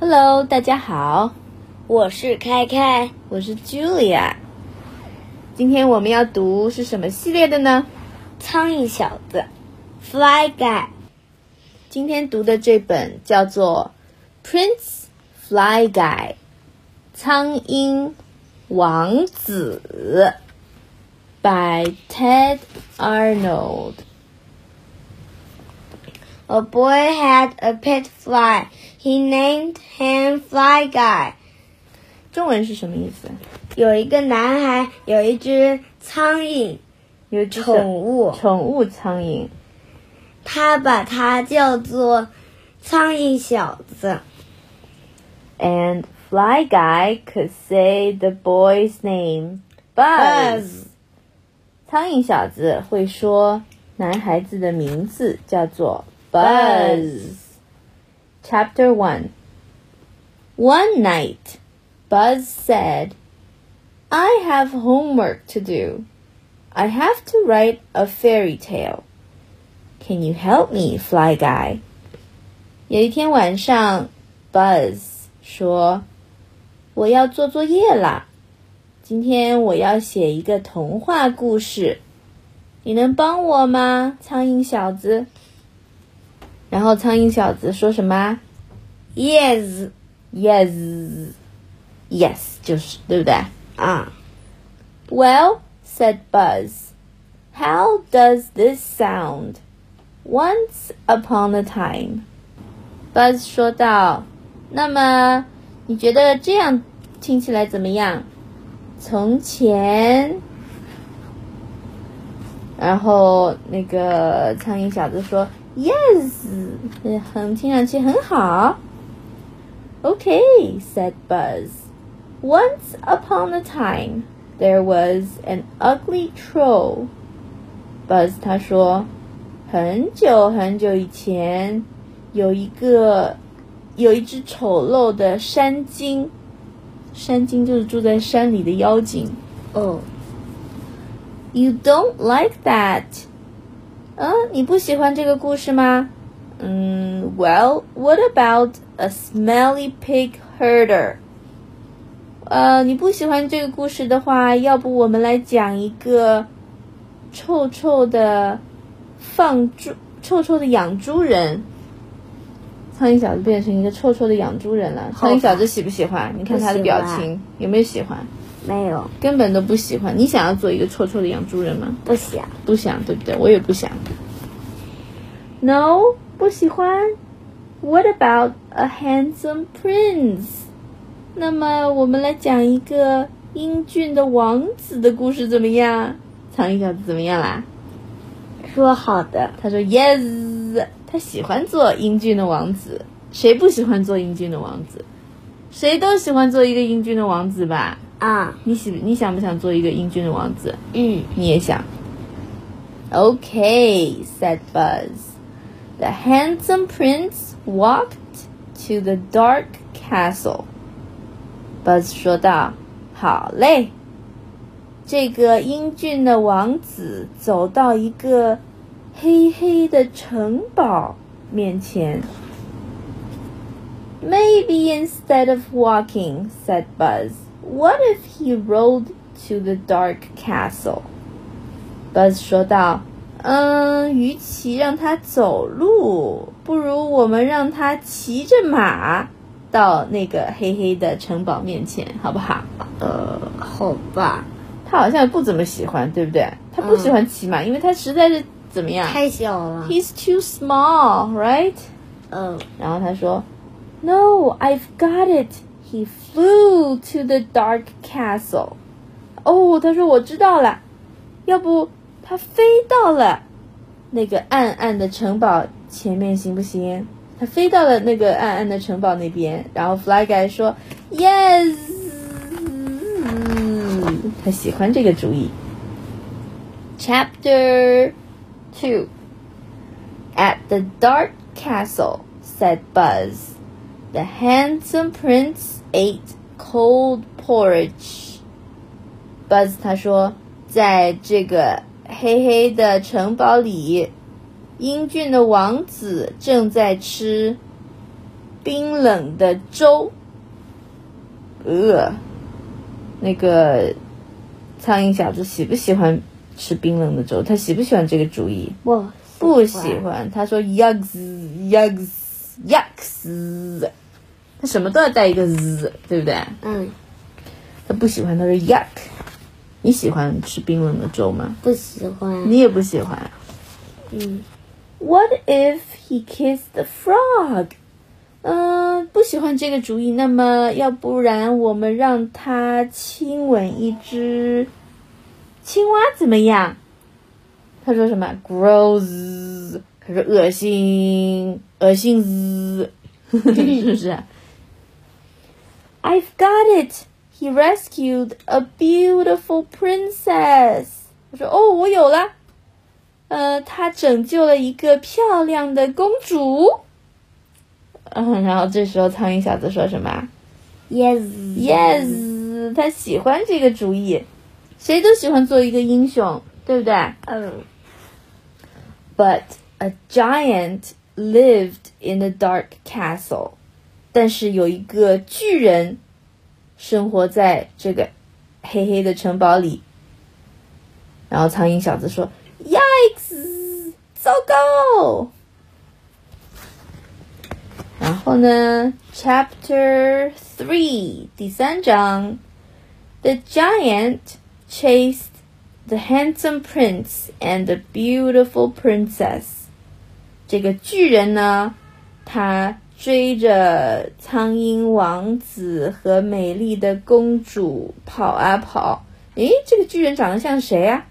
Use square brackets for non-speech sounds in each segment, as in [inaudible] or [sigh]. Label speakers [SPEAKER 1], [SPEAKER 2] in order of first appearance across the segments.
[SPEAKER 1] Hello，大家好，
[SPEAKER 2] 我是开开，
[SPEAKER 1] 我是 Julia。今天我们要读是什么系列的呢？
[SPEAKER 2] 苍蝇小子，Fly Guy。
[SPEAKER 1] 今天读的这本叫做《Prince Fly Guy》，苍蝇王子，by Ted Arnold。
[SPEAKER 2] A boy had a pet fly. He named him Fly Guy.
[SPEAKER 1] 中文是什么意思？
[SPEAKER 2] 有一个男孩有一只苍蝇
[SPEAKER 1] 有一只小
[SPEAKER 2] 宠物，
[SPEAKER 1] 宠物苍蝇，
[SPEAKER 2] 他把它叫做苍蝇小子。
[SPEAKER 1] and Fly Guy could say the boy's name Buzz
[SPEAKER 2] Buzz。
[SPEAKER 1] 苍蝇小子会说男孩子的名字叫做 Buzz。Chapter One. One night, Buzz said, "I have homework to do. I have to write a fairy tale. Can you help me, Fly Guy?" 有一天晚上，Buzz 说：“我要做作业啦，今天我要写一个童话故事，你能帮我吗，苍蝇小子？”然后苍蝇小子说什么
[SPEAKER 2] Yes，
[SPEAKER 1] ？Yes, yes，就是对不对
[SPEAKER 2] 啊
[SPEAKER 1] ？Well, said Buzz, how does this sound? Once upon a time. Buzz 说道：“那么，你觉得这样听起来怎么样？从前。”然后那个苍蝇小子说：“Yes，呃很听上去很好。”Okay，said Buzz. Once upon a time, there was an ugly troll. Buzz 他说，很久很久以前，有一个有一只丑陋的山精，山精就是住在山里的妖精。
[SPEAKER 2] 哦
[SPEAKER 1] You don't like that？嗯，你不喜欢这个故事吗？嗯，Well, what about a smelly pig herder？呃，你不喜欢这个故事的话，要不我们来讲一个臭臭的放猪、臭臭的养猪人。苍蝇小子变成一个臭臭的养猪人了。
[SPEAKER 2] 好
[SPEAKER 1] 苍蝇小子喜不喜欢？你看
[SPEAKER 2] 不
[SPEAKER 1] 他的
[SPEAKER 2] 喜
[SPEAKER 1] 表
[SPEAKER 2] 欢
[SPEAKER 1] 情，有没有喜欢？
[SPEAKER 2] 没有，
[SPEAKER 1] 根本都不喜欢。你想要做一个臭臭的养猪人吗？
[SPEAKER 2] 不想。
[SPEAKER 1] 不想，对不对？我也不想。No，不喜欢。What about a handsome prince？那么我们来讲一个英俊的王子的故事怎么样？苍蝇小子怎么样啦？
[SPEAKER 2] 说好的，
[SPEAKER 1] 他说 yes，他喜欢做英俊的王子。谁不喜欢做英俊的王子？谁都喜欢做一个英俊的王子吧？
[SPEAKER 2] 啊，
[SPEAKER 1] 你喜你想不想做一个英俊的王子？
[SPEAKER 2] 嗯，
[SPEAKER 1] 你也想。Okay, said Buzz. The handsome prince walked to the dark castle. Buzz 说道：“好嘞。”这个英俊的王子走到一个黑黑的城堡面前。Maybe instead of walking, said Buzz, what if he rode to the dark castle? Buzz 说道：“嗯，与其让他走路，不如我们让他骑着马到那个黑黑的城堡面前，好不好
[SPEAKER 2] 呃，好吧，
[SPEAKER 1] 他好像不怎么喜欢，对不对？他不喜欢骑马，因为他实在是怎么样
[SPEAKER 2] 太小了。
[SPEAKER 1] ？He's too small, right？
[SPEAKER 2] 嗯、
[SPEAKER 1] 然后他说，No, I've got it. He flew to the dark castle. 哦，他说我知道了，要不他飞到了那个暗暗的城堡前面行不行？他飞到了那个暗暗的城堡那边，然后 Fly Guy 说，Yes，他嗯喜欢这个主意。Chapter Two. At the dark castle, said Buzz. The handsome prince ate cold porridge. Buzz 他说，在这个黑黑的城堡里，英俊的王子正在吃冰冷的粥。呃，那个苍蝇小子喜不喜欢吃冰冷的粥？他喜不喜欢这个主意？
[SPEAKER 2] 我
[SPEAKER 1] 不喜欢。他说 yucks yucks yucks，他什么都要带一个 z，对不对？
[SPEAKER 2] 嗯，
[SPEAKER 1] 他不喜欢，他说 yuck。你喜欢吃冰冷的粥吗？
[SPEAKER 2] 不喜欢。
[SPEAKER 1] 你也不喜欢。
[SPEAKER 2] 嗯，
[SPEAKER 1] What if he kissed the frog？嗯、不喜欢这个主意。那么，要不然我们让他亲吻一只青蛙怎么样？他说什么？Gross！他说恶心，恶心死， [laughs] 是不是？I've got it. He rescued a beautiful princess. 我说哦，我有了。呃，他拯救了一个漂亮的公主。嗯，然后这时候苍蝇小子说什么啊
[SPEAKER 2] ，yes，
[SPEAKER 1] ？Yes，他喜欢这个主意，谁都喜欢做一个英雄，对不对
[SPEAKER 2] 嗯，
[SPEAKER 1] ？But a giant lived in a dark castle，但是有一个巨人生活在这个黑黑的城堡里。然后苍蝇小子说：“Yikes，糟糕！”然后呢，Chapter Three 第三章，The giant chased the handsome prince and the beautiful princess。这个巨人呢，他追着苍蝇王子和美丽的公主跑啊跑。诶，这个巨人长得像谁啊？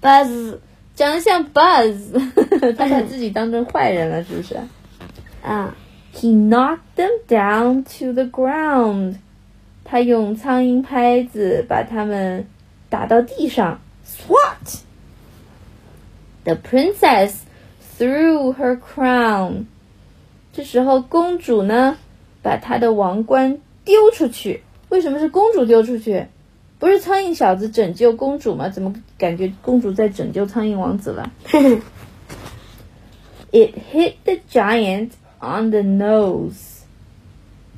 [SPEAKER 2] buzz，
[SPEAKER 1] 长得像 Buzz，他 [laughs] 把自己当成坏人了，是不是？
[SPEAKER 2] 嗯
[SPEAKER 1] He knocked them down to the ground。他用苍蝇拍子把他们打到地上。Swat。The princess threw her crown。这时候，公主呢，把她的王冠丢出去。为什么是公主丢出去？不是苍蝇小子拯救公主吗？怎么感觉公主在拯救苍蝇王子了？It hit the giant on the nose。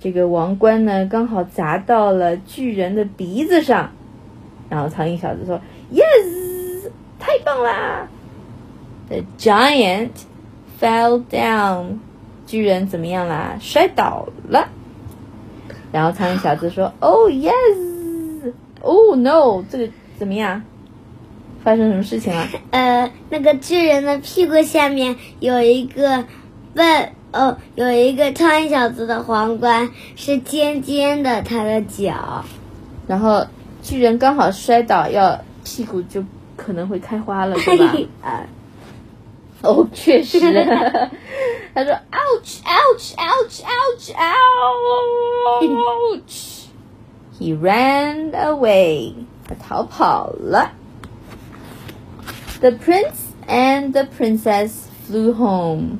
[SPEAKER 1] 这个王冠呢，刚好砸到了巨人的鼻子上。然后苍蝇小子说：“Yes，太棒啦！”The giant fell down。巨人怎么样啦？摔倒了。然后苍蝇小子说：“Oh yes，Oh no，这个怎么样？发生什么事情了？”
[SPEAKER 2] 呃，那个巨人的屁股下面有一个笨哦，有一个苍蝇小子的皇冠是尖尖的，它的脚。
[SPEAKER 1] 然后巨人刚好摔倒，要屁股就可能会开花了，
[SPEAKER 2] [laughs]
[SPEAKER 1] 对吧？
[SPEAKER 2] 啊，
[SPEAKER 1] 哦，确实。他说：“Ouch! Ouch! Ouch! Ouch! Ouch!” He ran away. 他逃跑了。The prince and the princess flew home.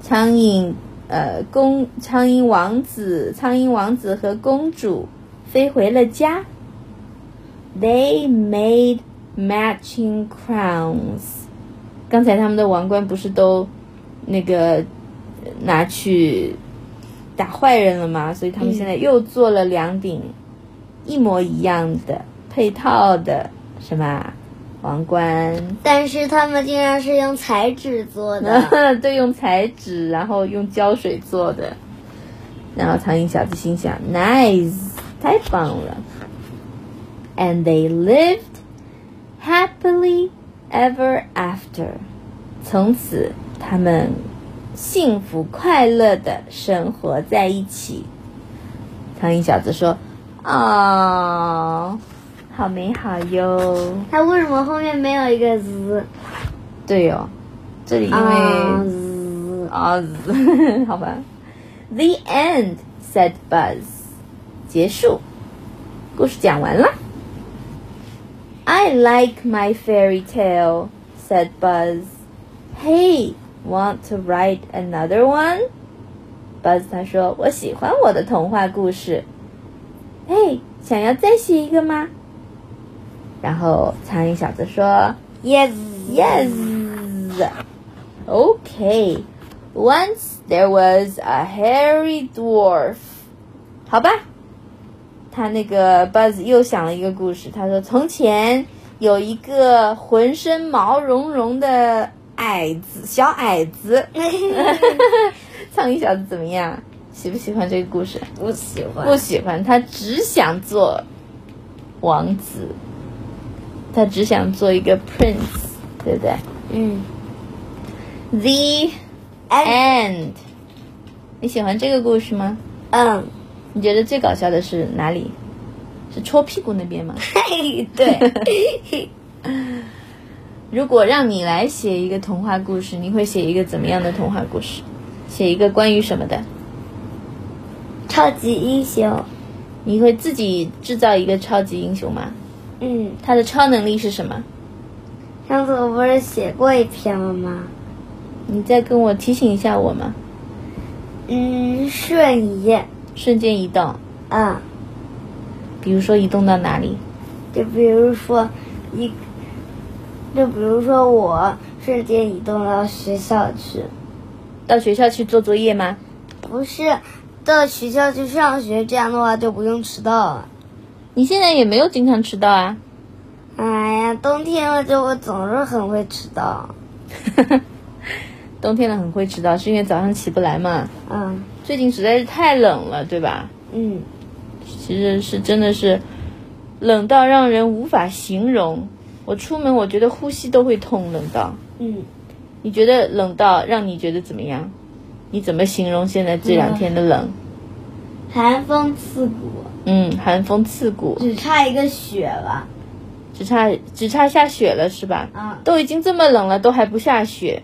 [SPEAKER 1] 苍蝇，呃，公苍蝇王子，苍蝇王子和公主飞回了家。They made matching crowns. 刚才他们的王冠不是都那个呃拿去打坏人了吗？所以他们现在又做了两顶一模一样的配套的什么啊王冠？
[SPEAKER 2] 但是他们竟然是用彩纸做的。
[SPEAKER 1] [laughs] 对，用彩纸，然后用胶水做的。然后苍蝇小子心想：“Nice，太棒了。”And they lived happily ever after。从此，他们幸福快乐的生活在一起。苍蝇小子说：“哦，好美好哟。
[SPEAKER 2] 它为什么后面没有一个 z？”
[SPEAKER 1] 对哦，这里因为、
[SPEAKER 2] 啊
[SPEAKER 1] 哦
[SPEAKER 2] z
[SPEAKER 1] 啊， [laughs] 好吧。The end said Buzz，结束，故事讲完了。I like my fairy tale said Buzz. Hey, want to write another one? Buzz 他说我喜欢我的童话故事。嘿，哎想要再写一个吗？然后苍蝇小子说
[SPEAKER 2] Yes，
[SPEAKER 1] Yes. Okay. Once there was a hairy dwarf。好吧，他那个 Buzz 又想了一个故事。他说，从前有一个浑身毛茸茸的矮子，小矮子。苍蝇小子怎么样？喜不喜欢这个故事？
[SPEAKER 2] 不喜欢
[SPEAKER 1] 不喜欢，他只想做王子，他只想做一个 prince，对不对
[SPEAKER 2] 嗯
[SPEAKER 1] ？The end。你喜欢这个故事吗？
[SPEAKER 2] 嗯，
[SPEAKER 1] 你觉得最搞笑的是哪里？是戳屁股那边吗？
[SPEAKER 2] 嘿，对， [laughs]
[SPEAKER 1] 如果让你来写一个童话故事，你会写一个怎么样的童话故事？写一个关于什么的？
[SPEAKER 2] 超级英雄，
[SPEAKER 1] 你会自己制造一个超级英雄吗？
[SPEAKER 2] 嗯，
[SPEAKER 1] 他的超能力是什么？
[SPEAKER 2] 上次我不是写过一篇了吗？
[SPEAKER 1] 你再跟我提醒一下我吗？
[SPEAKER 2] 嗯，瞬移，
[SPEAKER 1] 瞬间移动，
[SPEAKER 2] 嗯，
[SPEAKER 1] 比如说移动到哪里？
[SPEAKER 2] 就比如说一，就比如说我瞬间移动到学校去，
[SPEAKER 1] 到学校去做作业吗？
[SPEAKER 2] 不是到学校去上学，这样的话就不用迟到了。
[SPEAKER 1] 你现在也没有经常迟到啊。 [laughs]
[SPEAKER 2] 哎呀，冬天了就我总是很会迟到，
[SPEAKER 1] 冬天了很会迟到，是因为早上起不来嘛？
[SPEAKER 2] 嗯
[SPEAKER 1] 最近实在是太冷了，对吧？
[SPEAKER 2] 嗯，
[SPEAKER 1] 其实是真的是冷到让人无法形容。我出门我觉得呼吸都会痛，冷到。
[SPEAKER 2] 嗯，
[SPEAKER 1] 你觉得冷到让你觉得怎么样？你怎么形容现在这两天的冷？
[SPEAKER 2] 寒风刺骨，
[SPEAKER 1] 嗯，寒风刺骨，
[SPEAKER 2] 只差一个雪了。
[SPEAKER 1] 只差只差下雪了是吧？
[SPEAKER 2] 嗯
[SPEAKER 1] 都已经这么冷了，都还不下雪，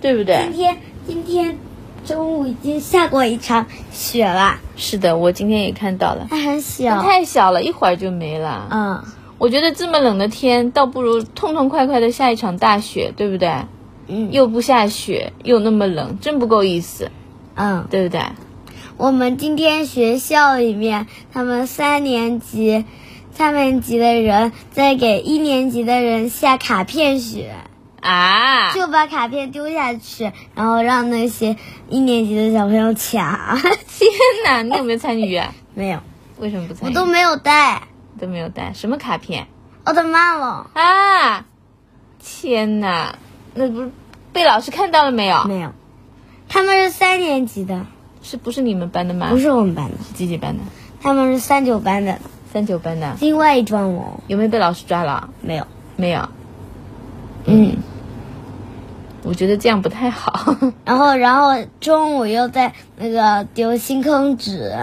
[SPEAKER 1] 对不对？
[SPEAKER 2] 今天今天中午已经下过一场雪了，
[SPEAKER 1] 是的，我今天也看到了，
[SPEAKER 2] 它很
[SPEAKER 1] 但
[SPEAKER 2] 小。
[SPEAKER 1] 太小了，一会儿就没了。
[SPEAKER 2] 嗯
[SPEAKER 1] 我觉得这么冷的天，倒不如痛痛快快的下一场大雪，对不对？
[SPEAKER 2] 嗯
[SPEAKER 1] 又不下雪，又那么冷，真不够意思，
[SPEAKER 2] 嗯，
[SPEAKER 1] 对不对？
[SPEAKER 2] 我们今天学校里面，他们三年级、三年级的人在给一年级的人下卡片雪，
[SPEAKER 1] 啊，
[SPEAKER 2] 就把卡片丢下去，然后让那些一年级的小朋友抢。 [laughs]
[SPEAKER 1] 天哪！你有没有参与啊？
[SPEAKER 2] 没有，
[SPEAKER 1] 为什么不参
[SPEAKER 2] 我
[SPEAKER 1] 与？
[SPEAKER 2] 都没有带
[SPEAKER 1] 都没有带什么卡片
[SPEAKER 2] 奥特曼了。
[SPEAKER 1] 啊！天哪，那不是被老师看到了没有？
[SPEAKER 2] 没有，他们是三年级的，
[SPEAKER 1] 是不是你们班的吗？
[SPEAKER 2] 不，是我们班的，
[SPEAKER 1] 是几几班的？
[SPEAKER 2] 他们是三九班的。
[SPEAKER 1] 三九班的？
[SPEAKER 2] 另外一幢楼
[SPEAKER 1] 有没有被老师抓了？
[SPEAKER 2] 没有。
[SPEAKER 1] 没有。
[SPEAKER 2] 嗯，
[SPEAKER 1] 我觉得这样不太好。 [laughs]
[SPEAKER 2] 然后嗯然后中午又在那个丢星空纸，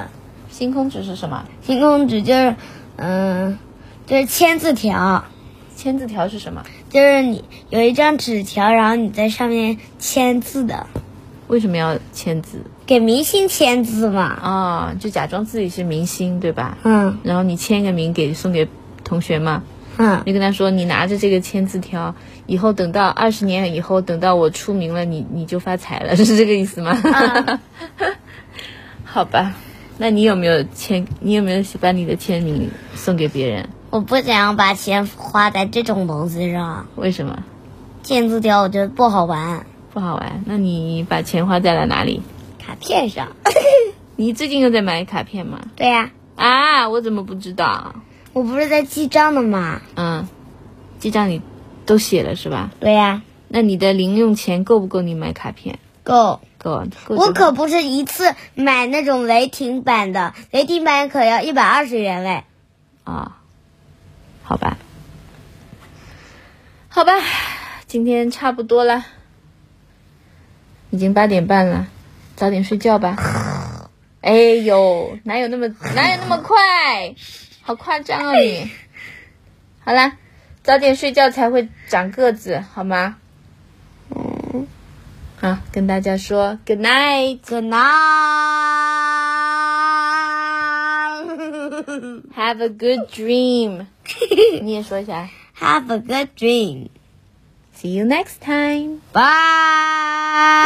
[SPEAKER 1] 星空纸是什么？
[SPEAKER 2] 星空纸就是，嗯，就是签字条，
[SPEAKER 1] 签字条是什么？
[SPEAKER 2] 就是你有一张纸条，然后你在上面签字的，
[SPEAKER 1] 为什么要签字
[SPEAKER 2] 给明星签字嘛。
[SPEAKER 1] 啊、就假装自己是明星，对吧？
[SPEAKER 2] 嗯
[SPEAKER 1] 然后你签个名给送给同学嘛，
[SPEAKER 2] 嗯
[SPEAKER 1] 你跟他说你拿着这个签字条，以后等到二十年以后，等到我出名了，你你就发财了， [laughs] 是这个意思吗？
[SPEAKER 2] 啊
[SPEAKER 1] [laughs] 好吧，那你有没有签？你有没有把你的签名送给别人？
[SPEAKER 2] 我不想要把钱花在这种东西上，
[SPEAKER 1] 为什么
[SPEAKER 2] 签字条我觉得不好玩，
[SPEAKER 1] 不好玩？那你把钱花在了哪里？
[SPEAKER 2] 卡片上。
[SPEAKER 1] 你最近又在买卡片吗？
[SPEAKER 2] 对呀、
[SPEAKER 1] 啊，我怎么不知道？
[SPEAKER 2] 我不是在记账的嘛。
[SPEAKER 1] 嗯，记账你都写了是吧？
[SPEAKER 2] 对呀、
[SPEAKER 1] 那你的零用钱够不够你买卡片？
[SPEAKER 2] 够。
[SPEAKER 1] 够，够
[SPEAKER 2] 我
[SPEAKER 1] 就好
[SPEAKER 2] 可不是一次买那种雷霆版的，雷霆版可要一百二十元嘞。
[SPEAKER 1] 啊、好吧，好吧，今天差不多了，已经八点半了，早点睡觉吧。哎呦，哪有那么哪有那么快？好夸张啊你！好啦，早点睡觉才会长个子，好吗？嗯，好，跟大家说 good night。
[SPEAKER 2] Good [laughs] night.
[SPEAKER 1] Have a good dream. 你也说一下。
[SPEAKER 2] Have a good dream.
[SPEAKER 1] See you next time.
[SPEAKER 2] Bye.